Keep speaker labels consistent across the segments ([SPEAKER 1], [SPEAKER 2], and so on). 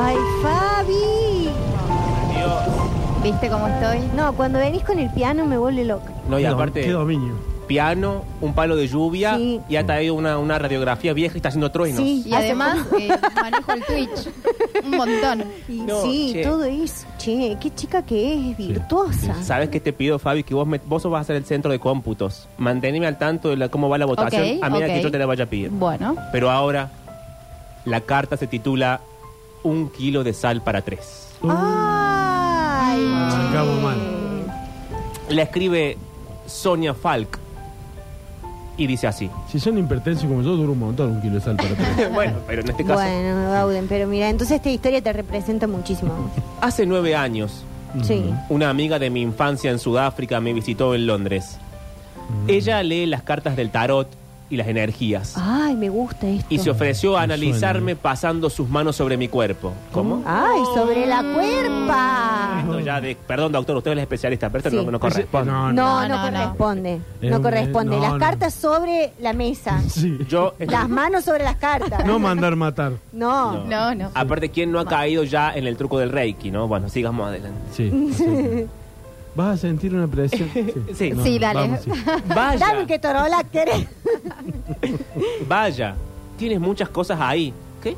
[SPEAKER 1] ¡Ay, Fabi!
[SPEAKER 2] ¿Viste cómo estoy?
[SPEAKER 1] No, cuando venís con el piano me vuelve loca.
[SPEAKER 3] No, y
[SPEAKER 4] Qué do-
[SPEAKER 3] aparte,
[SPEAKER 4] Qué dominio.
[SPEAKER 3] piano, un palo de lluvia
[SPEAKER 1] Sí.
[SPEAKER 3] y ha traído una, una radiografía vieja y está haciendo truenos.
[SPEAKER 1] Sí.
[SPEAKER 2] Y además eh, manejo el Twitch. Un montón.
[SPEAKER 1] Y
[SPEAKER 3] No,
[SPEAKER 1] sí,
[SPEAKER 3] che.
[SPEAKER 1] todo eso. Che, qué chica que es, es virtuosa.
[SPEAKER 3] ¿Sabes qué te pido, Fabi? Que vos, me- vos vas a ser el centro de cómputos. Manteneme al tanto de la- cómo va la votación
[SPEAKER 2] Ok,
[SPEAKER 3] a medida
[SPEAKER 2] ok.
[SPEAKER 3] que yo te la vaya a pedir.
[SPEAKER 2] Bueno.
[SPEAKER 3] Pero ahora, la carta se titula Un kilo de sal para tres.
[SPEAKER 2] Ah.
[SPEAKER 1] Ay,
[SPEAKER 4] Acabo
[SPEAKER 1] che.
[SPEAKER 4] mal.
[SPEAKER 3] La escribe Sonia Falk y dice así.
[SPEAKER 4] Si son hipertensos como yo, dura un montón un kilo de sal para ti.
[SPEAKER 3] bueno, pero en este caso.
[SPEAKER 1] Bueno, Bauden, pero mira, entonces esta historia te representa muchísimo.
[SPEAKER 3] Hace nueve años,
[SPEAKER 1] Sí.
[SPEAKER 3] Una amiga de mi infancia en Sudáfrica me visitó en Londres. Ella lee las cartas del tarot y las energías.
[SPEAKER 1] Ay, me gusta esto.
[SPEAKER 3] Y se ofreció a
[SPEAKER 4] Me
[SPEAKER 3] analizarme pasando sus manos sobre mi cuerpo. ¿Cómo? Ah,
[SPEAKER 1] Ay, sobre la cuerpa.
[SPEAKER 3] Esto ya de- perdón, doctor, usted es el especialista, pero esto
[SPEAKER 1] Sí.
[SPEAKER 3] no, no corresponde.
[SPEAKER 4] Pues,
[SPEAKER 1] No,
[SPEAKER 4] No,
[SPEAKER 1] no,
[SPEAKER 4] no.
[SPEAKER 2] no, no.
[SPEAKER 1] corresponde.
[SPEAKER 4] Es
[SPEAKER 1] No
[SPEAKER 4] un-
[SPEAKER 1] corresponde.
[SPEAKER 4] no,
[SPEAKER 1] Las
[SPEAKER 4] no.
[SPEAKER 1] cartas sobre la mesa.
[SPEAKER 4] Sí.
[SPEAKER 3] Yo,
[SPEAKER 1] Las manos sobre las cartas.
[SPEAKER 4] No mandar matar.
[SPEAKER 1] No.
[SPEAKER 2] No, no.
[SPEAKER 3] aparte, ¿quién no ha caído ya en el truco del Reiki, no? Bueno, sigamos adelante.
[SPEAKER 4] Sí. sí. Vas a sentir una presión. Sí,
[SPEAKER 3] Sí.
[SPEAKER 2] Sí, dale.
[SPEAKER 4] sí.
[SPEAKER 1] Dame
[SPEAKER 3] Vaya,
[SPEAKER 1] que torola querés.
[SPEAKER 3] vaya, tienes muchas cosas ahí. ¿Qué?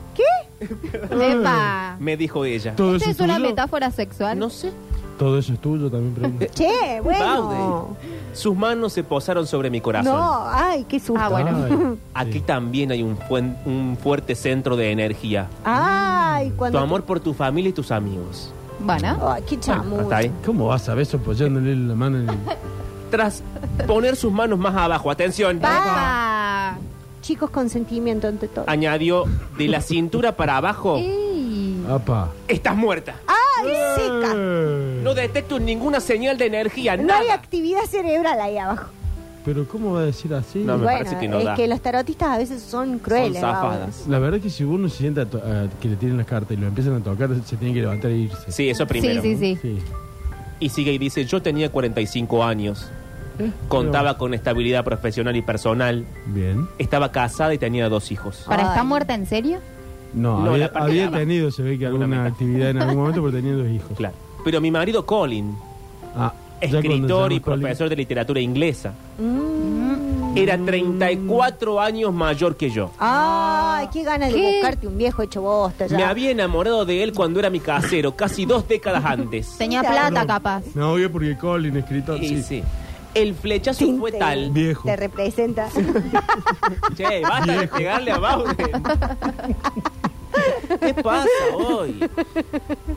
[SPEAKER 2] Epa.
[SPEAKER 3] Me dijo ella.
[SPEAKER 4] Todo eso
[SPEAKER 2] ¿Esta
[SPEAKER 4] es
[SPEAKER 2] es una
[SPEAKER 4] tuyo.
[SPEAKER 2] metáfora Eh, sexual?
[SPEAKER 3] No sé.
[SPEAKER 4] Todo eso es tuyo también, pregunto.
[SPEAKER 1] Che, bueno.
[SPEAKER 3] Sus manos se posaron sobre mi corazón.
[SPEAKER 1] No, ay, qué susto.
[SPEAKER 2] Ah, bueno.
[SPEAKER 3] Aquí
[SPEAKER 4] Sí.
[SPEAKER 3] también hay un, fuen- un fuerte centro de energía.
[SPEAKER 1] Ay,
[SPEAKER 3] Mm. Tu
[SPEAKER 1] cuando.
[SPEAKER 3] amor por tu familia y tus amigos.
[SPEAKER 2] Bueno.
[SPEAKER 1] Ay, qué chamuyo.
[SPEAKER 3] Hasta ahí.
[SPEAKER 4] ¿Cómo vas a ver eso apoyándole la mano en el...
[SPEAKER 3] Tras poner sus manos más abajo, atención,
[SPEAKER 2] Epa.
[SPEAKER 1] Chicos con sentimiento ante todo.
[SPEAKER 3] añadió de la cintura para abajo,
[SPEAKER 2] Ey.
[SPEAKER 4] Apa.
[SPEAKER 3] estás muerta.
[SPEAKER 1] Ay, seca.
[SPEAKER 4] Eh.
[SPEAKER 3] No detecto ninguna señal de energía,
[SPEAKER 1] No hay
[SPEAKER 3] nada.
[SPEAKER 1] actividad cerebral ahí abajo.
[SPEAKER 4] Pero ¿cómo va a decir así?
[SPEAKER 3] No, me
[SPEAKER 1] bueno,
[SPEAKER 3] parece que no
[SPEAKER 1] es
[SPEAKER 3] da.
[SPEAKER 1] que los tarotistas a veces son
[SPEAKER 3] Son
[SPEAKER 1] crueles.
[SPEAKER 3] zafadas.
[SPEAKER 4] La verdad que si uno se sienta a to- a que le tienen las cartas y lo empiezan a tocar, se tiene que levantar e irse.
[SPEAKER 3] Sí, eso primero.
[SPEAKER 2] Sí, sí, sí.
[SPEAKER 4] Sí.
[SPEAKER 3] Y sigue y dice, yo tenía 45 años,
[SPEAKER 4] Eh,
[SPEAKER 3] contaba con estabilidad profesional y personal,
[SPEAKER 4] pero- Bien.
[SPEAKER 3] estaba casada y tenía dos hijos.
[SPEAKER 2] ¿Para
[SPEAKER 1] Ay.
[SPEAKER 2] estar muerta en serio?
[SPEAKER 4] No,
[SPEAKER 3] No,
[SPEAKER 4] había,
[SPEAKER 3] la parte
[SPEAKER 4] había
[SPEAKER 3] de abajo.
[SPEAKER 4] tenido, se ve que alguna
[SPEAKER 3] Una meta.
[SPEAKER 4] actividad en algún momento, pero tenía dos hijos.
[SPEAKER 3] Claro. Pero mi marido Colin,
[SPEAKER 4] Ah, ya cuando
[SPEAKER 3] escritor y
[SPEAKER 4] llamas Colin-
[SPEAKER 3] profesor de literatura inglesa,
[SPEAKER 1] Mm.
[SPEAKER 3] era 34 años mayor que yo.
[SPEAKER 1] Ay, qué ganas de
[SPEAKER 2] ¿Qué?
[SPEAKER 1] buscarte un viejo hecho bosta. Ya.
[SPEAKER 3] Me había enamorado de él cuando era mi casero, casi dos décadas antes.
[SPEAKER 2] Tenía
[SPEAKER 1] Sí,
[SPEAKER 2] plata,
[SPEAKER 4] claro.
[SPEAKER 2] capaz.
[SPEAKER 4] No, obvio, porque Colin, escritor,
[SPEAKER 3] Y
[SPEAKER 4] sí.
[SPEAKER 3] sí. El flechazo
[SPEAKER 1] Sí,
[SPEAKER 3] fue
[SPEAKER 1] te-
[SPEAKER 3] tal.
[SPEAKER 4] Viejo.
[SPEAKER 1] Te representa.
[SPEAKER 3] Che, basta de pegarle a Bauer. ¿Qué pasa hoy?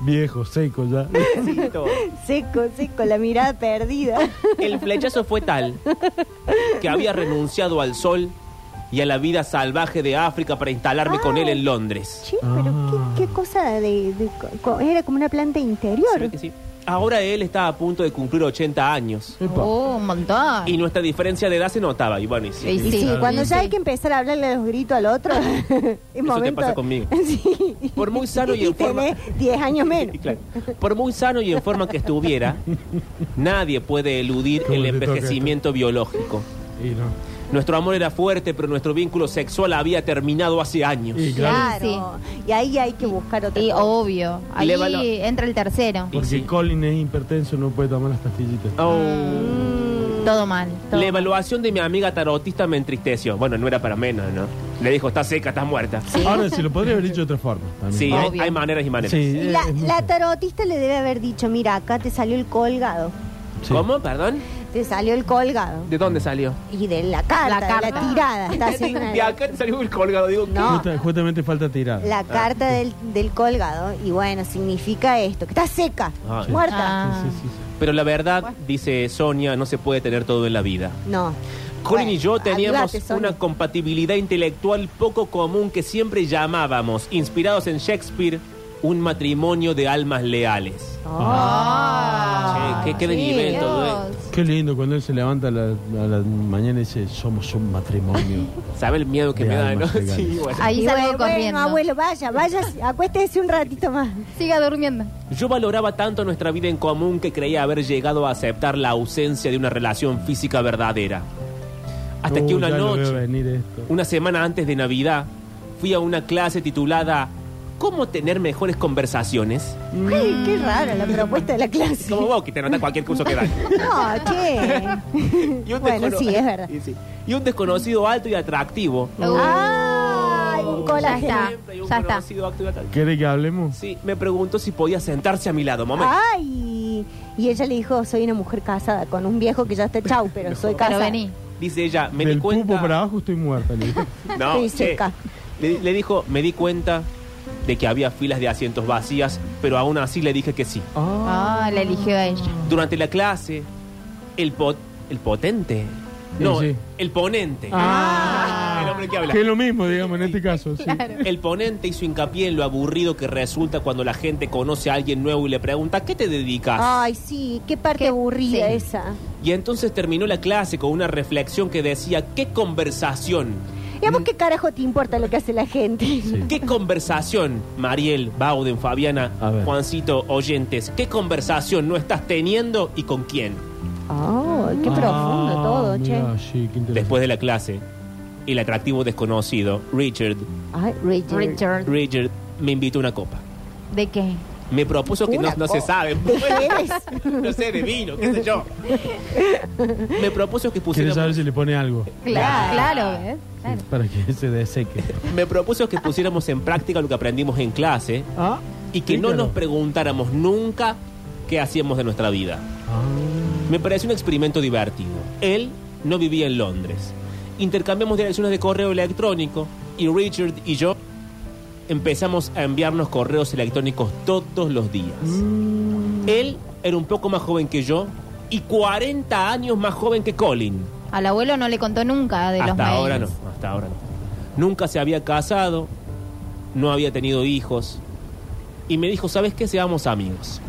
[SPEAKER 4] Viejo, seco ya.
[SPEAKER 3] Cito.
[SPEAKER 1] seco, seco, la mirada perdida.
[SPEAKER 3] El flechazo fue tal que había renunciado al sol y a la vida salvaje de África para instalarme con él en Londres.
[SPEAKER 1] Che, pero
[SPEAKER 4] Ah.
[SPEAKER 1] qué, qué cosa de, de- co- Era como una planta
[SPEAKER 3] ¿Se ve
[SPEAKER 1] interior.
[SPEAKER 3] que sí? Ahora él está a punto de cumplir 80 años.
[SPEAKER 4] Epa.
[SPEAKER 2] Oh, un montón.
[SPEAKER 3] Y nuestra diferencia de edad se notaba. Y bueno, y sí.
[SPEAKER 2] Y
[SPEAKER 1] Y sí,
[SPEAKER 2] sí,
[SPEAKER 1] cuando
[SPEAKER 2] y
[SPEAKER 1] ya
[SPEAKER 2] sí.
[SPEAKER 1] hay que empezar a hablarle a los gritos al otro, es
[SPEAKER 3] Eso te
[SPEAKER 1] momento.
[SPEAKER 3] pasa conmigo.
[SPEAKER 1] Sí.
[SPEAKER 3] Por muy sano y en forma.
[SPEAKER 1] tenés 10 años menos.
[SPEAKER 3] Y claro, por muy sano y en forma que estuviera, nadie puede eludir
[SPEAKER 4] ¿Cómo
[SPEAKER 3] el
[SPEAKER 4] te toca esto?
[SPEAKER 3] envejecimiento biológico.
[SPEAKER 4] Y no.
[SPEAKER 3] Nuestro amor era fuerte, pero nuestro vínculo sexual había terminado hace años.
[SPEAKER 4] Y claro.
[SPEAKER 1] Claro. Y ahí hay que buscar otra
[SPEAKER 2] Y
[SPEAKER 1] cosa.
[SPEAKER 2] obvio. Ahí
[SPEAKER 3] Le valor.
[SPEAKER 2] entra el tercero.
[SPEAKER 4] Porque
[SPEAKER 3] sí.
[SPEAKER 4] Colin es hipertenso, no puede tomar las pastillitas.
[SPEAKER 3] Oh.
[SPEAKER 2] Todo mal. todo
[SPEAKER 3] La
[SPEAKER 2] mal.
[SPEAKER 3] evaluación de mi amiga tarotista me entristeció. Bueno, no era para menos, ¿no? Le dijo, estás seca, estás muerta.
[SPEAKER 4] Ahora, si lo podría haber dicho de otra forma. También. Ah,
[SPEAKER 3] Sí, hay,
[SPEAKER 2] Obvio.
[SPEAKER 3] hay maneras y maneras.
[SPEAKER 4] Sí,
[SPEAKER 1] La,
[SPEAKER 4] es mucho.
[SPEAKER 1] la tarotista le debe haber dicho, mira, acá te salió el colgado.
[SPEAKER 4] Sí.
[SPEAKER 3] ¿Cómo? ¿Perdón?
[SPEAKER 1] Te salió el colgado.
[SPEAKER 5] ¿De dónde salió?
[SPEAKER 1] Y de la carta,
[SPEAKER 2] La
[SPEAKER 1] de la
[SPEAKER 2] carta.
[SPEAKER 1] tirada. Está haciendo una-
[SPEAKER 3] De acá te salió el colgado, digo. ¿qué?
[SPEAKER 1] No.
[SPEAKER 4] Justa- justamente falta tirar.
[SPEAKER 3] Ah.
[SPEAKER 1] La carta del, del colgado. Y bueno, significa esto, que está seca,
[SPEAKER 3] Ah, sí.
[SPEAKER 1] muerta.
[SPEAKER 2] Ah.
[SPEAKER 4] Sí, sí, sí.
[SPEAKER 3] Pero la verdad, dice Sonia, no se puede tener todo en la vida.
[SPEAKER 1] No.
[SPEAKER 3] Colin
[SPEAKER 1] Bueno,
[SPEAKER 3] y yo teníamos
[SPEAKER 1] ayudate, Sonia.
[SPEAKER 3] una compatibilidad intelectual poco común que siempre llamábamos, inspirados en Shakespeare, un matrimonio de almas leales.
[SPEAKER 2] Ah,
[SPEAKER 3] Che, qué- qué
[SPEAKER 2] sí,
[SPEAKER 3] delirio
[SPEAKER 2] Dios.
[SPEAKER 3] todo, eh.
[SPEAKER 4] Ah, Qué lindo cuando él se levanta a la, a la mañana y dice, somos un matrimonio.
[SPEAKER 3] ¿Sabe el miedo que
[SPEAKER 4] De
[SPEAKER 3] me da? ¿no?
[SPEAKER 4] almas legales.
[SPEAKER 3] Sí, bueno.
[SPEAKER 2] Ahí
[SPEAKER 1] Y
[SPEAKER 2] salgo
[SPEAKER 1] bueno, bueno,
[SPEAKER 2] corriendo.
[SPEAKER 1] abuelo, vaya, vaya, acuéstese un ratito más.
[SPEAKER 2] Siga durmiendo.
[SPEAKER 3] Yo valoraba tanto nuestra vida en común que creía haber llegado a aceptar la ausencia de una relación física verdadera. Hasta que
[SPEAKER 4] Uh,
[SPEAKER 3] una
[SPEAKER 4] ya lo veo
[SPEAKER 3] noche,
[SPEAKER 4] venir esto.
[SPEAKER 3] una semana antes de Navidad, fui a una clase titulada ¿Cómo tener mejores conversaciones?
[SPEAKER 2] Mm.
[SPEAKER 1] Qué, qué raro la propuesta de la clase.
[SPEAKER 3] Como vos, que te anotás cualquier curso que das.
[SPEAKER 1] No, che.
[SPEAKER 3] Y un
[SPEAKER 1] Bueno,
[SPEAKER 3] descono-
[SPEAKER 1] sí, es verdad.
[SPEAKER 3] Y, sí. Y un desconocido alto y atractivo.
[SPEAKER 1] Ah, Ay, un
[SPEAKER 2] Uh. ya
[SPEAKER 1] colágeno.
[SPEAKER 2] está,
[SPEAKER 3] Siempre hay un
[SPEAKER 2] ya está.
[SPEAKER 3] conocido alto y atractivo.
[SPEAKER 4] ¿Quiere que hablemos?
[SPEAKER 3] Sí, me preguntó si podía sentarse a mi lado. Momento.
[SPEAKER 1] Ay. Y ella le dijo, soy una mujer casada con un viejo que ya está chau, pero soy
[SPEAKER 2] Pero
[SPEAKER 1] casada.
[SPEAKER 2] vení.
[SPEAKER 3] Dice ella, me
[SPEAKER 4] Del
[SPEAKER 3] di cuenta.
[SPEAKER 4] pupo para abajo estoy muerta. le dije.
[SPEAKER 3] No,
[SPEAKER 1] Estoy
[SPEAKER 3] che.
[SPEAKER 1] seca.
[SPEAKER 3] Le, le dijo, me di cuenta de que había filas de asientos vacías, pero aún así le dije que sí.
[SPEAKER 4] Ah.
[SPEAKER 2] Ah, la eligió a ella.
[SPEAKER 3] Durante la clase, el pot, el potente, no,
[SPEAKER 4] Sí, sí.
[SPEAKER 3] el ponente,
[SPEAKER 4] Ah.
[SPEAKER 3] el hombre que habla,
[SPEAKER 4] Que es lo mismo, digamos, en este caso. sí.
[SPEAKER 3] el ponente hizo hincapié en lo aburrido que resulta cuando la gente conoce a alguien nuevo y le pregunta, ¿qué te dedicas?
[SPEAKER 1] Ay, sí, qué parte
[SPEAKER 2] Qué-
[SPEAKER 1] aburrida
[SPEAKER 2] sí.
[SPEAKER 1] esa.
[SPEAKER 3] Y entonces terminó la clase con una reflexión que decía, ¿qué conversación?
[SPEAKER 1] ¿Y
[SPEAKER 2] Mm.
[SPEAKER 1] a vos qué carajo te importa lo que hace la gente?
[SPEAKER 4] Sí.
[SPEAKER 3] ¿Qué conversación, Mariel, Bauden, Fabiana,
[SPEAKER 4] A ver.
[SPEAKER 3] Juancito, oyentes? ¿Qué conversación no estás teniendo y con quién?
[SPEAKER 1] Ay, qué
[SPEAKER 4] Ah,
[SPEAKER 1] profundo todo, che.
[SPEAKER 4] mirá, sí, qué interesante.
[SPEAKER 3] Después de la clase, el atractivo desconocido, Richard,
[SPEAKER 1] Ay, Richard.
[SPEAKER 2] Richard.
[SPEAKER 3] Richard, me invitó a una copa.
[SPEAKER 2] ¿De qué?
[SPEAKER 3] Me propuso que no,
[SPEAKER 1] Una
[SPEAKER 3] no se
[SPEAKER 1] copa.
[SPEAKER 3] sabe,
[SPEAKER 1] ¿Qué es?
[SPEAKER 3] no sé, de vino, qué sé yo. Me propuso que
[SPEAKER 4] Quiere saber
[SPEAKER 3] pusiéramos,
[SPEAKER 4] si le pone algo.
[SPEAKER 2] Claro, claro, ¿eh? ¿ves? Claro.
[SPEAKER 4] Sí, Para que se deseque.
[SPEAKER 3] me propuso que pusiéramos en práctica lo que aprendimos en clase
[SPEAKER 4] Ah,
[SPEAKER 3] y que
[SPEAKER 4] sí,
[SPEAKER 3] no
[SPEAKER 4] claro.
[SPEAKER 3] nos preguntáramos nunca qué hacíamos de nuestra vida.
[SPEAKER 4] Ah,
[SPEAKER 3] Me pareció un experimento divertido. Él no vivía en Londres. Intercambiamos direcciones de correo electrónico y Richard y yo empezamos a enviarnos correos electrónicos todos los días.
[SPEAKER 2] Mm.
[SPEAKER 3] Él era un poco más joven que yo y 40 años más joven que Colin.
[SPEAKER 2] Al abuelo no le contó nunca de los
[SPEAKER 3] Hasta
[SPEAKER 2] mails.
[SPEAKER 3] ahora no, hasta ahora no. Nunca se había casado, no había tenido hijos. Y me dijo, ¿sabes qué? Seamos amigos.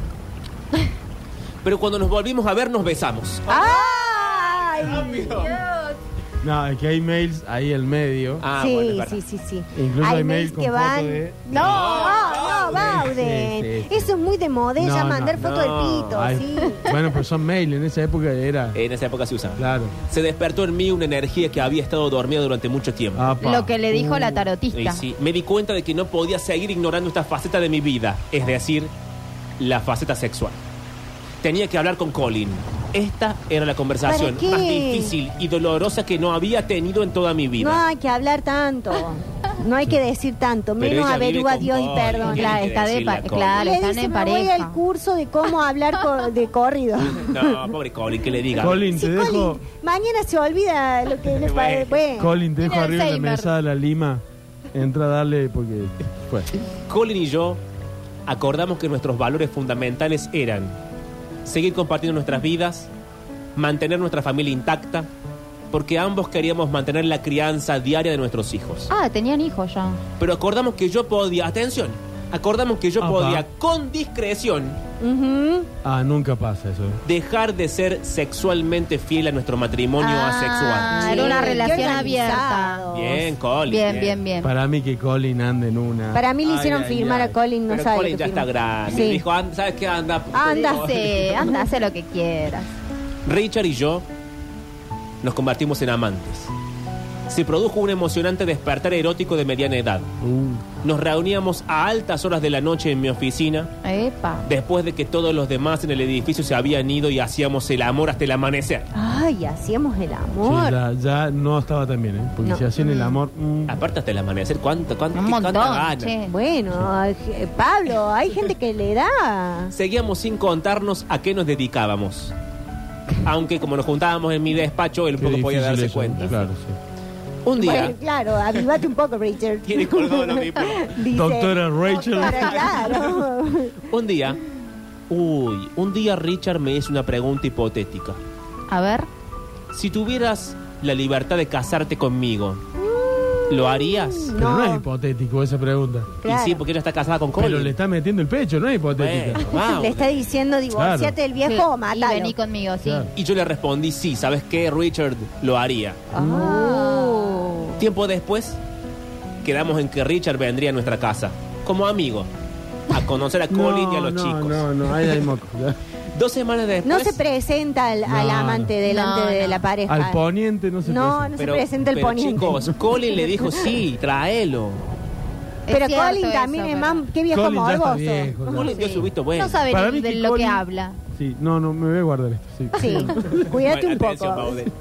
[SPEAKER 3] Pero cuando nos volvimos a ver, nos besamos.
[SPEAKER 1] Ay.
[SPEAKER 4] no, es que hay mails ahí al medio.
[SPEAKER 3] Ah,
[SPEAKER 1] sí,
[SPEAKER 3] bueno, es verdad.
[SPEAKER 1] sí, sí, sí.
[SPEAKER 4] Incluso hay mail
[SPEAKER 1] mails
[SPEAKER 4] con
[SPEAKER 1] que
[SPEAKER 4] foto
[SPEAKER 1] van.
[SPEAKER 4] de-
[SPEAKER 1] No, no, no, Bauden.
[SPEAKER 4] Sí, sí, sí.
[SPEAKER 1] Eso es muy de moda,
[SPEAKER 4] No,
[SPEAKER 1] ya
[SPEAKER 4] no,
[SPEAKER 1] mandar foto
[SPEAKER 3] no.
[SPEAKER 1] del pito,
[SPEAKER 4] Ay,
[SPEAKER 1] sí.
[SPEAKER 4] Bueno, pero son mails. En esa época era.
[SPEAKER 3] En esa época se usaba.
[SPEAKER 4] Claro.
[SPEAKER 3] Se despertó en mí una energía que había estado dormida durante mucho tiempo.
[SPEAKER 4] Apa.
[SPEAKER 2] Lo que le dijo la
[SPEAKER 3] Y
[SPEAKER 2] tarotista.
[SPEAKER 3] sí, me di cuenta de que no podía seguir ignorando esta faceta de mi vida, es decir, la faceta sexual. Tenía que hablar con Colin. Esta era la conversación
[SPEAKER 1] ¿Para qué?
[SPEAKER 3] más difícil y dolorosa que no había tenido en toda mi
[SPEAKER 1] No
[SPEAKER 3] vida.
[SPEAKER 1] hay que hablar tanto. No hay que decir tanto.
[SPEAKER 3] Pero
[SPEAKER 1] Menos
[SPEAKER 3] ella vive
[SPEAKER 1] averigua
[SPEAKER 3] con
[SPEAKER 1] Dios y
[SPEAKER 3] vos,
[SPEAKER 1] perdón.
[SPEAKER 3] tiene
[SPEAKER 2] Claro,
[SPEAKER 3] que
[SPEAKER 2] está de
[SPEAKER 3] decirle a
[SPEAKER 2] pa-
[SPEAKER 3] Colin.
[SPEAKER 2] claro.
[SPEAKER 1] Le
[SPEAKER 2] están
[SPEAKER 1] dice,
[SPEAKER 2] en
[SPEAKER 1] me voy
[SPEAKER 2] pareja".
[SPEAKER 1] al curso de cómo hablar co- de corrido.
[SPEAKER 3] No, pobre Colin, que le diga.
[SPEAKER 4] Colin,
[SPEAKER 1] Sí,
[SPEAKER 4] te
[SPEAKER 1] Colin,
[SPEAKER 4] dejo.
[SPEAKER 1] mañana se olvida lo que le
[SPEAKER 3] Bueno.
[SPEAKER 1] pa- bueno.
[SPEAKER 4] Colin, te dejo
[SPEAKER 2] Tiene
[SPEAKER 4] arriba de la
[SPEAKER 2] Alzheimer.
[SPEAKER 4] mesa de la lima. Entra a darle porque. Bueno,
[SPEAKER 3] Colin y yo acordamos que nuestros valores fundamentales eran seguir compartiendo nuestras vidas, mantener nuestra familia intacta, porque ambos queríamos mantener la crianza diaria de nuestros hijos.
[SPEAKER 2] Ah, tenían hijos ya.
[SPEAKER 3] Pero acordamos que yo podía, atención, acordamos que yo
[SPEAKER 4] Ajá.
[SPEAKER 3] podía con discreción
[SPEAKER 1] Ujú.
[SPEAKER 4] ah, nunca pasa eso.
[SPEAKER 3] dejar de ser sexualmente fiel a nuestro matrimonio
[SPEAKER 2] Ah,
[SPEAKER 3] asexual.
[SPEAKER 2] era una
[SPEAKER 1] Sí, qué
[SPEAKER 2] relación abierta.
[SPEAKER 1] organizados.
[SPEAKER 3] Bien, Colin.
[SPEAKER 2] Bien, bien, bien.
[SPEAKER 4] Para mí que Colin ande en una.
[SPEAKER 1] Para mí le
[SPEAKER 4] Ay,
[SPEAKER 1] hicieron
[SPEAKER 4] ay,
[SPEAKER 1] firmar
[SPEAKER 4] ay.
[SPEAKER 1] a Colin, no
[SPEAKER 3] Pero
[SPEAKER 1] sabe lo
[SPEAKER 3] Colin
[SPEAKER 1] que
[SPEAKER 3] ya está
[SPEAKER 1] firma.
[SPEAKER 3] grande.
[SPEAKER 1] Sí.
[SPEAKER 3] Dijo, "And- ¿sabes qué? Anda.
[SPEAKER 1] Ah,
[SPEAKER 2] Ándase, anda, haz lo que quieras.
[SPEAKER 3] Richard y yo nos convertimos en amantes. Se produjo un emocionante despertar erótico de mediana edad.
[SPEAKER 4] Uh,
[SPEAKER 3] Nos reuníamos a altas horas de la noche en mi oficina,
[SPEAKER 2] Epa.
[SPEAKER 3] después de que todos los demás en el edificio se habían ido y hacíamos el amor hasta el amanecer.
[SPEAKER 1] Ay, hacíamos el
[SPEAKER 4] sí,
[SPEAKER 1] amor.
[SPEAKER 4] ya, ya no estaba tan bien, ¿eh? Porque
[SPEAKER 1] No.
[SPEAKER 4] si hacían el amor. mm,
[SPEAKER 3] Aparte hasta el amanecer, ¿cuánto, cuánto,
[SPEAKER 2] Un
[SPEAKER 3] qué- cuánta
[SPEAKER 2] montón,
[SPEAKER 3] gana?
[SPEAKER 2] che.
[SPEAKER 1] Bueno, eh, Pablo, hay gente que le da.
[SPEAKER 3] Seguíamos sin contarnos a qué nos dedicábamos. Aunque como nos juntábamos en mi despacho, él un
[SPEAKER 4] Qué
[SPEAKER 3] poco podía
[SPEAKER 4] difícil
[SPEAKER 3] darse
[SPEAKER 4] eso,
[SPEAKER 3] cuenta.
[SPEAKER 4] Claro, sí.
[SPEAKER 3] Un día,
[SPEAKER 1] Bueno, claro, avivate un poco, Richard.
[SPEAKER 3] Tiene colgado los audífonos.
[SPEAKER 1] Dice,
[SPEAKER 4] Doctora Rachel.
[SPEAKER 1] Doctora, claro.
[SPEAKER 3] un día, uy, un día Richard me hizo una pregunta hipotética.
[SPEAKER 2] A ver.
[SPEAKER 3] Si tuvieras la libertad de casarte conmigo, ¿lo harías?
[SPEAKER 4] Pero no.
[SPEAKER 1] No.
[SPEAKER 4] es hipotético esa pregunta.
[SPEAKER 1] Mm, Claro.
[SPEAKER 3] Y sí, porque ella está casada con Colin.
[SPEAKER 4] Pero le está metiendo el pecho, no es hipotética.
[SPEAKER 3] Bueno, vamos.
[SPEAKER 1] Le está diciendo, divorciate del viejo o
[SPEAKER 2] Sí, y
[SPEAKER 1] mátalo.
[SPEAKER 2] vení conmigo, sí.
[SPEAKER 4] Claro.
[SPEAKER 3] Y yo le respondí, sí, ¿sabes qué? Richard lo haría.
[SPEAKER 2] Oh.
[SPEAKER 1] Ah.
[SPEAKER 3] Tiempo después, quedamos en que Richard vendría a nuestra casa, como amigo, a conocer a Colin y a los
[SPEAKER 4] no,
[SPEAKER 3] chicos.
[SPEAKER 4] No, no, ahí hay moco.
[SPEAKER 3] Dos semanas después...
[SPEAKER 1] No se presenta al, al
[SPEAKER 4] No,
[SPEAKER 1] amante delante
[SPEAKER 2] No,
[SPEAKER 1] de
[SPEAKER 2] no.
[SPEAKER 1] la pareja.
[SPEAKER 4] Al poniente no se
[SPEAKER 1] no,
[SPEAKER 4] presenta.
[SPEAKER 1] no se presenta el
[SPEAKER 3] pero,
[SPEAKER 1] poniente.
[SPEAKER 3] chicos, Colin le dijo, sí, tráelo.
[SPEAKER 2] Es
[SPEAKER 1] pero
[SPEAKER 2] cierto
[SPEAKER 1] Colin
[SPEAKER 2] eso,
[SPEAKER 1] también es
[SPEAKER 2] pero-
[SPEAKER 1] más. Qué viejo
[SPEAKER 4] Colin ya está
[SPEAKER 1] morboso.
[SPEAKER 4] viejo, ya.
[SPEAKER 3] Colin dio
[SPEAKER 2] Sí.
[SPEAKER 3] su visto bueno.
[SPEAKER 2] No sabe
[SPEAKER 4] Para
[SPEAKER 2] ni
[SPEAKER 4] mí
[SPEAKER 2] de
[SPEAKER 4] que
[SPEAKER 2] lo que
[SPEAKER 4] Colin-
[SPEAKER 2] habla.
[SPEAKER 4] Sí, no, no, me voy a guardar esto. Sí,
[SPEAKER 1] Sí, cuídate un
[SPEAKER 3] Bueno, atención,
[SPEAKER 1] poco.
[SPEAKER 3] Paudel.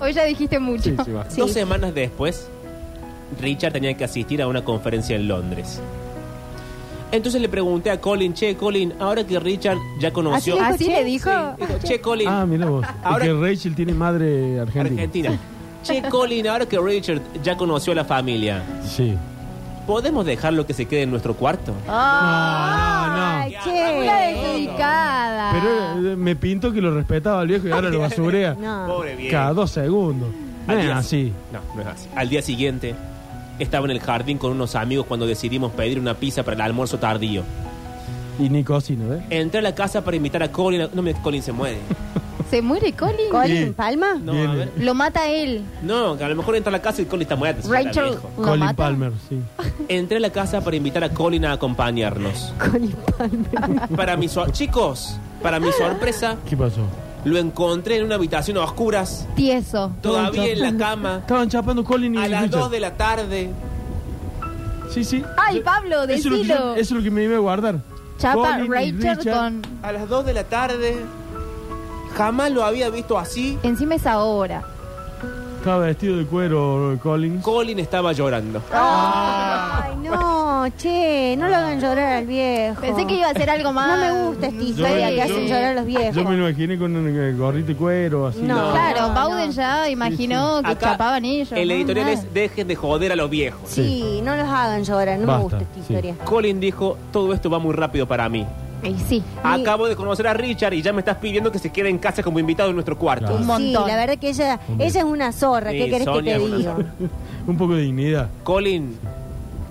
[SPEAKER 2] Hoy ya dijiste mucho.
[SPEAKER 4] sí, sí, va.
[SPEAKER 1] Sí.
[SPEAKER 3] Dos semanas después, Richard tenía que asistir a una conferencia en Londres. Entonces le pregunté a Colin, che, Colin, ahora que Richard ya
[SPEAKER 1] Así,
[SPEAKER 3] conoció...
[SPEAKER 1] le-
[SPEAKER 3] Ah,
[SPEAKER 1] así le dijo.
[SPEAKER 3] dijo, che, Colin,
[SPEAKER 4] Ah, mira vos.
[SPEAKER 3] Ahora-
[SPEAKER 4] Porque Rachel tiene madre argentina.
[SPEAKER 3] Argentina. Che, Colin, ahora que Richard ya conoció a la familia,
[SPEAKER 4] Sí.
[SPEAKER 3] ¿podemos dejarlo que se quede en nuestro cuarto?
[SPEAKER 2] Ah,
[SPEAKER 4] No, no,
[SPEAKER 1] Ay,
[SPEAKER 4] no.
[SPEAKER 2] Una
[SPEAKER 1] che.
[SPEAKER 2] desubicada.
[SPEAKER 4] Pero eh, me pinto que lo respetaba al viejo y ahora lo basurea.
[SPEAKER 1] No.
[SPEAKER 3] Pobre viejo.
[SPEAKER 4] Cada dos segundos. No
[SPEAKER 3] Al
[SPEAKER 4] es
[SPEAKER 3] día-
[SPEAKER 4] así.
[SPEAKER 3] No, no es así. Al día siguiente, estaba en el jardín con unos amigos cuando decidimos pedir una pizza para el almuerzo tardío.
[SPEAKER 4] Y ni cocina, ¿eh?
[SPEAKER 3] Entré a la casa para invitar a Colin. a- No, mira, Colin se muere.
[SPEAKER 2] ¿Se muere Colin?
[SPEAKER 4] Sí.
[SPEAKER 1] Colin, Palma.
[SPEAKER 3] No, a
[SPEAKER 4] Viene.
[SPEAKER 3] ver.
[SPEAKER 2] Lo mata él.
[SPEAKER 3] No, que a lo mejor entra a la casa y Colin está muerto. ya era
[SPEAKER 2] Rachel
[SPEAKER 3] viejo.
[SPEAKER 2] lo
[SPEAKER 4] Colin
[SPEAKER 2] mata.
[SPEAKER 4] Palmer, sí.
[SPEAKER 3] Entré a la casa para invitar a Colin a acompañarnos.
[SPEAKER 1] Colin Palma.
[SPEAKER 3] Para mi sor- Chicos, para mi sorpresa,
[SPEAKER 4] ¿Qué pasó?
[SPEAKER 3] lo encontré en una habitación a oscuras,
[SPEAKER 2] Tieso.
[SPEAKER 3] todavía en la cama,
[SPEAKER 4] Estaban chapando Colin y
[SPEAKER 3] a las
[SPEAKER 4] Richard.
[SPEAKER 3] 2 de la tarde.
[SPEAKER 4] Sí, sí.
[SPEAKER 2] Ay, Pablo,
[SPEAKER 4] eso es, lo que yo-
[SPEAKER 2] decilo.
[SPEAKER 4] eso es lo que me iba a guardar.
[SPEAKER 2] Chapa
[SPEAKER 4] Colin y
[SPEAKER 2] Rachel
[SPEAKER 4] Richard.
[SPEAKER 2] con.
[SPEAKER 3] A las 2 de la tarde. Jamás lo había visto así.
[SPEAKER 2] Encima es ahora.
[SPEAKER 4] Estaba vestido de cuero Colin.
[SPEAKER 3] Colin estaba llorando.
[SPEAKER 4] Ah.
[SPEAKER 1] Ay, no, che. No lo hagan llorar al viejo.
[SPEAKER 2] Pensé que iba a ser algo más.
[SPEAKER 1] No me gusta esta
[SPEAKER 2] Sí.
[SPEAKER 1] historia que hacen
[SPEAKER 4] yo-
[SPEAKER 1] llorar a los viejos.
[SPEAKER 4] Yo me lo imaginé con un eh, gorrito de cuero, así.
[SPEAKER 1] No.
[SPEAKER 2] Claro,
[SPEAKER 1] No,
[SPEAKER 2] Bauden
[SPEAKER 1] no.
[SPEAKER 2] ya imaginó que
[SPEAKER 3] Acá,
[SPEAKER 2] chapaban ellos.
[SPEAKER 3] El
[SPEAKER 2] ¿no?
[SPEAKER 3] editorial
[SPEAKER 2] Nada.
[SPEAKER 3] es Dejen de joder a los viejos.
[SPEAKER 1] Sí, no los hagan llorar, no
[SPEAKER 4] Basta,
[SPEAKER 1] me gusta esta
[SPEAKER 4] sí.
[SPEAKER 1] historia.
[SPEAKER 3] Colin dijo, todo esto va muy rápido para mí.
[SPEAKER 2] Y sí.
[SPEAKER 1] Y-
[SPEAKER 3] Acabo de conocer a Richard y ya me estás pidiendo que se quede en casa como invitado en nuestro cuarto.
[SPEAKER 4] Claro.
[SPEAKER 1] Y Sí,
[SPEAKER 2] montón.
[SPEAKER 1] la verdad que ella, ella es una zorra,
[SPEAKER 3] Sí,
[SPEAKER 1] ¿qué querés
[SPEAKER 3] Sonia
[SPEAKER 1] que
[SPEAKER 3] es
[SPEAKER 1] te
[SPEAKER 3] una
[SPEAKER 1] diga?
[SPEAKER 3] zorra.
[SPEAKER 4] Un poco de dignidad.
[SPEAKER 3] Colin,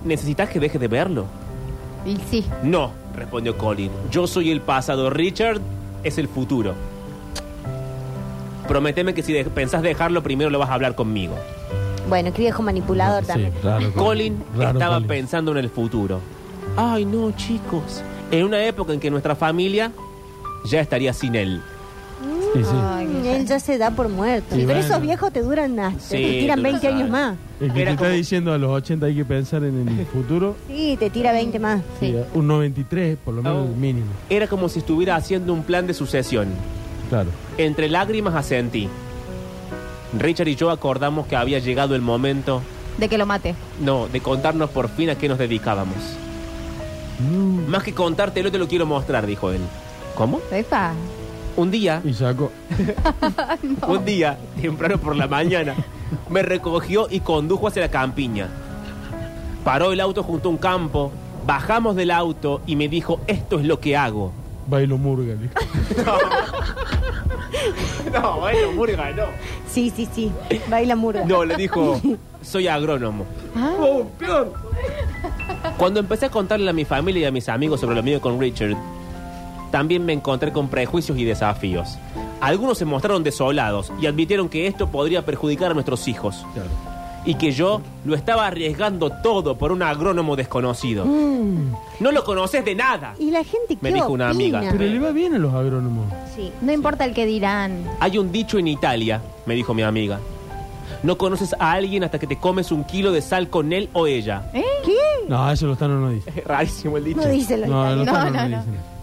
[SPEAKER 3] ¿necesitas que deje de verlo?
[SPEAKER 2] Y sí.
[SPEAKER 3] No, respondió Colin. Yo soy el pasado, Richard es el futuro. Prométeme que si de- pensás dejarlo, primero lo vas a hablar conmigo.
[SPEAKER 1] Bueno, qué viejo manipulador también.
[SPEAKER 4] Sí, raro,
[SPEAKER 3] Colin
[SPEAKER 4] Raro,
[SPEAKER 3] estaba
[SPEAKER 4] Colin.
[SPEAKER 3] pensando en el futuro. Ay, no, chicos. En una época en que nuestra familia ya estaría sin él.
[SPEAKER 4] Sí, sí.
[SPEAKER 2] Ay,
[SPEAKER 1] Mm,
[SPEAKER 2] qué
[SPEAKER 1] Él ya se da por muerto.
[SPEAKER 4] Y
[SPEAKER 1] Pero
[SPEAKER 4] bueno.
[SPEAKER 1] esos viejos te duran hasta,
[SPEAKER 3] Sí,
[SPEAKER 1] te tiran
[SPEAKER 3] tú
[SPEAKER 1] 20
[SPEAKER 3] lo
[SPEAKER 1] años
[SPEAKER 3] sabes.
[SPEAKER 1] más.
[SPEAKER 4] El que
[SPEAKER 3] Era
[SPEAKER 4] te
[SPEAKER 3] como-
[SPEAKER 4] está diciendo a los 80 hay que pensar en el futuro.
[SPEAKER 1] Sí, te tira 20 más.
[SPEAKER 2] Sí.
[SPEAKER 4] y, eh, Un 93, por lo menos,
[SPEAKER 3] Oh.
[SPEAKER 4] el mínimo.
[SPEAKER 3] Era como si estuviera haciendo un plan de sucesión.
[SPEAKER 4] Claro.
[SPEAKER 3] Entre lágrimas asentí. Richard y yo acordamos que había llegado el momento,
[SPEAKER 2] De que lo mate.
[SPEAKER 3] no, de contarnos por fin a qué nos dedicábamos.
[SPEAKER 4] Mm.
[SPEAKER 3] Más que contártelo, te lo quiero mostrar, dijo él. ¿Cómo?
[SPEAKER 2] Epa.
[SPEAKER 3] Un día,
[SPEAKER 4] Y sacó.
[SPEAKER 3] un día, temprano por la mañana, me recogió y condujo hacia la campiña. Paró el auto junto a un campo, bajamos del auto y me dijo, esto es lo que hago.
[SPEAKER 4] Bailo murga. dijo.
[SPEAKER 2] Ah,
[SPEAKER 3] No, bueno, Murga, no.
[SPEAKER 1] Sí, sí, sí. Baila murga.
[SPEAKER 3] No, le dijo, soy agrónomo. Oh, Cuando empecé a contarle a mi familia y a mis amigos sobre lo mío con Richard, también me encontré con prejuicios y desafíos. Algunos se mostraron desolados y admitieron que esto podría perjudicar a nuestros hijos
[SPEAKER 4] Claro.
[SPEAKER 3] y que yo lo estaba arriesgando todo por un agrónomo desconocido. No lo conoces de nada.
[SPEAKER 1] Y la gente
[SPEAKER 3] Me
[SPEAKER 1] qué
[SPEAKER 3] dijo una
[SPEAKER 1] opina?
[SPEAKER 3] amiga.
[SPEAKER 4] Pero le va bien a los agrónomos.
[SPEAKER 1] Sí.
[SPEAKER 2] No importa el que dirán.
[SPEAKER 3] Hay un dicho en Italia, me dijo mi amiga. No conoces a alguien hasta que te comes un kilo de sal con él o ella.
[SPEAKER 2] ¿Eh?
[SPEAKER 4] No, eso los tanos no dicen.
[SPEAKER 3] Es rarísimo el dicho.
[SPEAKER 1] No dice lo
[SPEAKER 4] No,
[SPEAKER 1] italiano.
[SPEAKER 4] los
[SPEAKER 2] No,
[SPEAKER 4] tanos
[SPEAKER 2] no,
[SPEAKER 4] no,
[SPEAKER 2] no.
[SPEAKER 4] dicen.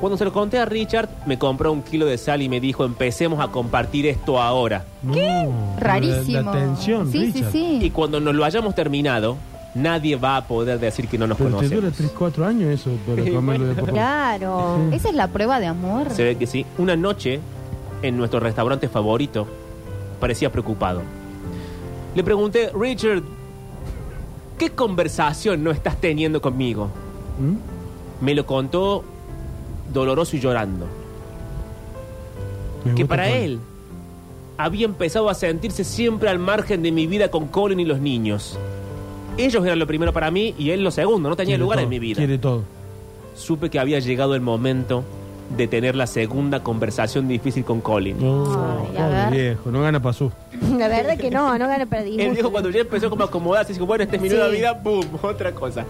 [SPEAKER 3] Cuando se lo conté a Richard, me compró un kilo de sal y me dijo, empecemos a compartir esto ahora.
[SPEAKER 4] ¿Qué?
[SPEAKER 2] Rarísimo.
[SPEAKER 4] La, tensión,
[SPEAKER 2] Sí,
[SPEAKER 4] Richard.
[SPEAKER 2] sí,
[SPEAKER 3] Y
[SPEAKER 2] sí.
[SPEAKER 3] cuando nos lo hayamos terminado, nadie va a poder decir que no nos
[SPEAKER 4] Pero te dura
[SPEAKER 3] conocemos.
[SPEAKER 4] 3, 4 años eso para
[SPEAKER 3] Sí,
[SPEAKER 4] comerlo de por
[SPEAKER 1] Claro.
[SPEAKER 2] Esa es la prueba de amor.
[SPEAKER 3] Se ve que sí. Una noche, en nuestro restaurante favorito, parecía preocupado. Le pregunté, Richard, ¿qué conversación no estás teniendo conmigo?
[SPEAKER 4] ¿Mm?
[SPEAKER 3] Me lo contó doloroso y llorando.
[SPEAKER 4] Me
[SPEAKER 3] que
[SPEAKER 4] gusta
[SPEAKER 3] para
[SPEAKER 4] Colin.
[SPEAKER 3] él había empezado a sentirse siempre al margen de mi vida con Colin y los niños. Ellos eran lo primero para mí y él lo segundo, no tenía
[SPEAKER 4] Quiere
[SPEAKER 3] lugar
[SPEAKER 4] todo,
[SPEAKER 3] en mi vida.
[SPEAKER 4] Quiere todo.
[SPEAKER 3] Supe que había llegado el momento de tener la segunda conversación difícil con Colin.
[SPEAKER 4] No,
[SPEAKER 2] Ay, a ver.
[SPEAKER 4] pobre viejo, no gana pasú.
[SPEAKER 1] La verdad que no, no gana para
[SPEAKER 3] Él dijo
[SPEAKER 1] disgusto.
[SPEAKER 3] cuando ya empezó como a acomodarse, dijo, bueno, este es mi
[SPEAKER 1] Sí.
[SPEAKER 3] nueva vida, boom, otra cosa.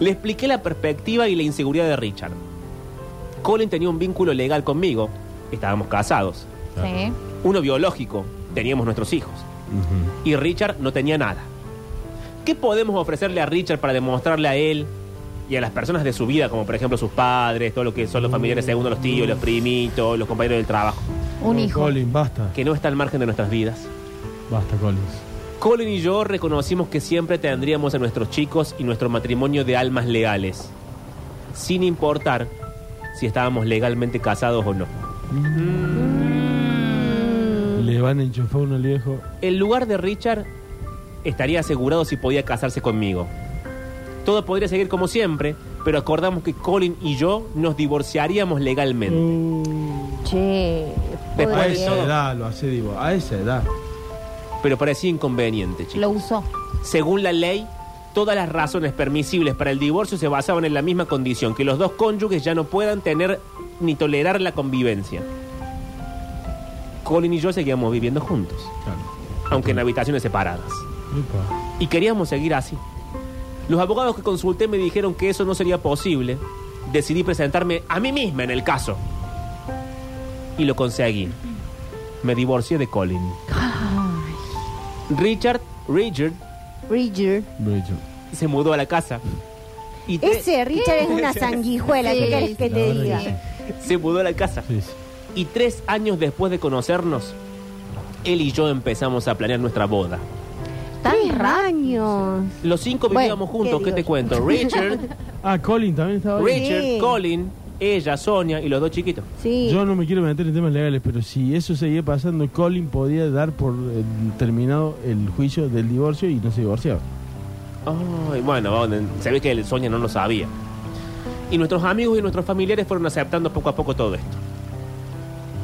[SPEAKER 3] Le expliqué la perspectiva y la inseguridad de Richard. Colin tenía un vínculo legal conmigo, estábamos casados,
[SPEAKER 2] Sí.
[SPEAKER 3] uno biológico, teníamos nuestros hijos, y Richard no tenía nada. ¿Qué podemos ofrecerle a Richard para demostrarle a él y a las personas de su vida, como por ejemplo sus padres, todo lo que son los familiares segundos, los tíos, los primitos, los compañeros del trabajo,
[SPEAKER 2] Un
[SPEAKER 4] No,
[SPEAKER 2] hijo.
[SPEAKER 4] Colin, basta.
[SPEAKER 3] que no está al margen de nuestras vidas?
[SPEAKER 4] Basta, Colin.
[SPEAKER 3] Colin y yo reconocimos que siempre tendríamos a nuestros chicos y nuestro matrimonio de almas leales, sin importar si estábamos legalmente casados o no.
[SPEAKER 2] Mm.
[SPEAKER 4] Le van a enchufar uno al viejo.
[SPEAKER 3] El lugar de Richard estaría asegurado si podía casarse conmigo. Todo podría seguir como siempre, pero acordamos que Colin y yo nos divorciaríamos legalmente.
[SPEAKER 1] Che,
[SPEAKER 3] Después
[SPEAKER 4] A
[SPEAKER 3] Bueno,
[SPEAKER 1] pobre
[SPEAKER 4] esa
[SPEAKER 1] viejo.
[SPEAKER 4] edad lo hace, digo, a esa edad.
[SPEAKER 3] Pero parecía inconveniente, chicos.
[SPEAKER 2] Lo usó.
[SPEAKER 3] Según la ley, todas las razones permisibles para el divorcio se basaban en la misma condición, que los dos cónyuges ya no puedan tener ni tolerar la convivencia. Colin y yo seguíamos viviendo juntos,
[SPEAKER 4] Claro.
[SPEAKER 3] aunque en habitaciones separadas.
[SPEAKER 4] Epa.
[SPEAKER 3] Y queríamos seguir así. Los abogados que consulté me dijeron que eso no sería posible. Decidí presentarme a mí misma en el caso. Y lo conseguí. Me divorcié de Colin. Richard, Richard
[SPEAKER 1] Bridger.
[SPEAKER 4] Bridget.
[SPEAKER 3] se mudó a la casa. Y tre-
[SPEAKER 1] Ese Richard es una sanguijuela, ¿qué
[SPEAKER 2] Sí,
[SPEAKER 1] querés que
[SPEAKER 4] La
[SPEAKER 1] te
[SPEAKER 4] verdad
[SPEAKER 1] diga?
[SPEAKER 4] que sí.
[SPEAKER 3] se mudó a la casa.
[SPEAKER 4] Sí, sí.
[SPEAKER 3] Y tres años después de conocernos, él y yo empezamos a planear nuestra boda.
[SPEAKER 1] Tres
[SPEAKER 2] Tan raro.
[SPEAKER 1] años.
[SPEAKER 3] Los cinco
[SPEAKER 1] Bueno,
[SPEAKER 3] vivíamos juntos,
[SPEAKER 1] ¿qué
[SPEAKER 3] ¿qué,
[SPEAKER 1] digo
[SPEAKER 3] te
[SPEAKER 1] yo?
[SPEAKER 3] cuento? Richard,
[SPEAKER 4] Ah, Colin también estaba ahí.
[SPEAKER 3] Richard,
[SPEAKER 1] Sí.
[SPEAKER 3] Colin, ella, Sonia y los dos chiquitos.
[SPEAKER 1] Sí.
[SPEAKER 4] Yo no me quiero meter en temas legales, pero si eso seguía pasando, Colin podía dar por eh, terminado el juicio del divorcio y no se divorciaba.
[SPEAKER 3] Ay, bueno, se ve que el Sonia no lo sabía. Y nuestros amigos y nuestros familiares fueron aceptando poco a poco todo esto.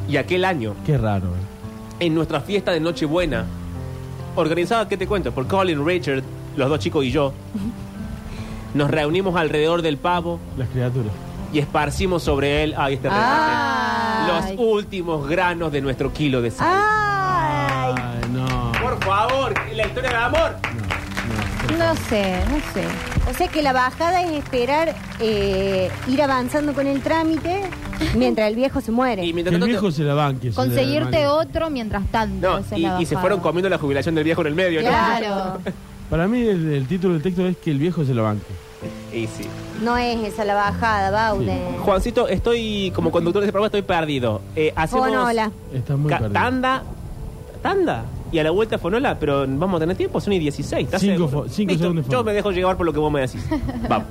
[SPEAKER 3] Y aquel año,
[SPEAKER 4] Qué raro. eh.
[SPEAKER 3] en nuestra fiesta de Nochebuena, organizada, ¿qué te cuento? Por Colin, Richard, los dos chicos y yo, nos reunimos alrededor del pavo
[SPEAKER 4] Las criaturas.
[SPEAKER 3] y esparcimos sobre él, ahí está
[SPEAKER 1] Ay. Ah.
[SPEAKER 3] los últimos granos de nuestro kilo de sal.
[SPEAKER 1] Ay,
[SPEAKER 4] Ay, no.
[SPEAKER 3] Por favor, la historia de amor.
[SPEAKER 2] No sé, no sé.
[SPEAKER 1] o sea que la bajada es esperar eh, ir avanzando con el trámite mientras el viejo se
[SPEAKER 3] Y
[SPEAKER 1] muere.
[SPEAKER 4] Que
[SPEAKER 3] mientras
[SPEAKER 4] el
[SPEAKER 3] tanto-
[SPEAKER 4] viejo se la banque. se la
[SPEAKER 2] Conseguirte
[SPEAKER 4] banque.
[SPEAKER 2] otro mientras tanto.
[SPEAKER 3] No,
[SPEAKER 2] esa es
[SPEAKER 3] y,
[SPEAKER 2] la
[SPEAKER 3] y se
[SPEAKER 2] bajada.
[SPEAKER 3] fueron comiendo la jubilación del viejo en el medio, ¿no?
[SPEAKER 2] Claro.
[SPEAKER 4] Para mí el, el título del texto es que el viejo se la banque.
[SPEAKER 3] Y sí.
[SPEAKER 1] No es esa la bajada, Bauden.
[SPEAKER 3] Juancito, estoy como conductor de este programa, estoy perdido. Eh,
[SPEAKER 1] Oh,
[SPEAKER 3] hacemos
[SPEAKER 1] Fonola.
[SPEAKER 4] Está muy
[SPEAKER 3] ca-
[SPEAKER 4] perdido.
[SPEAKER 3] tanda, tanda. Y a la vuelta fonola, pero vamos a tener tiempo, son y 16. ¿estás
[SPEAKER 4] Cinco
[SPEAKER 3] seguro?
[SPEAKER 4] fo- cinco
[SPEAKER 3] Listo,
[SPEAKER 4] segundos de
[SPEAKER 3] Yo
[SPEAKER 4] fonola.
[SPEAKER 3] me dejo llevar por lo que vos me decís. vamos.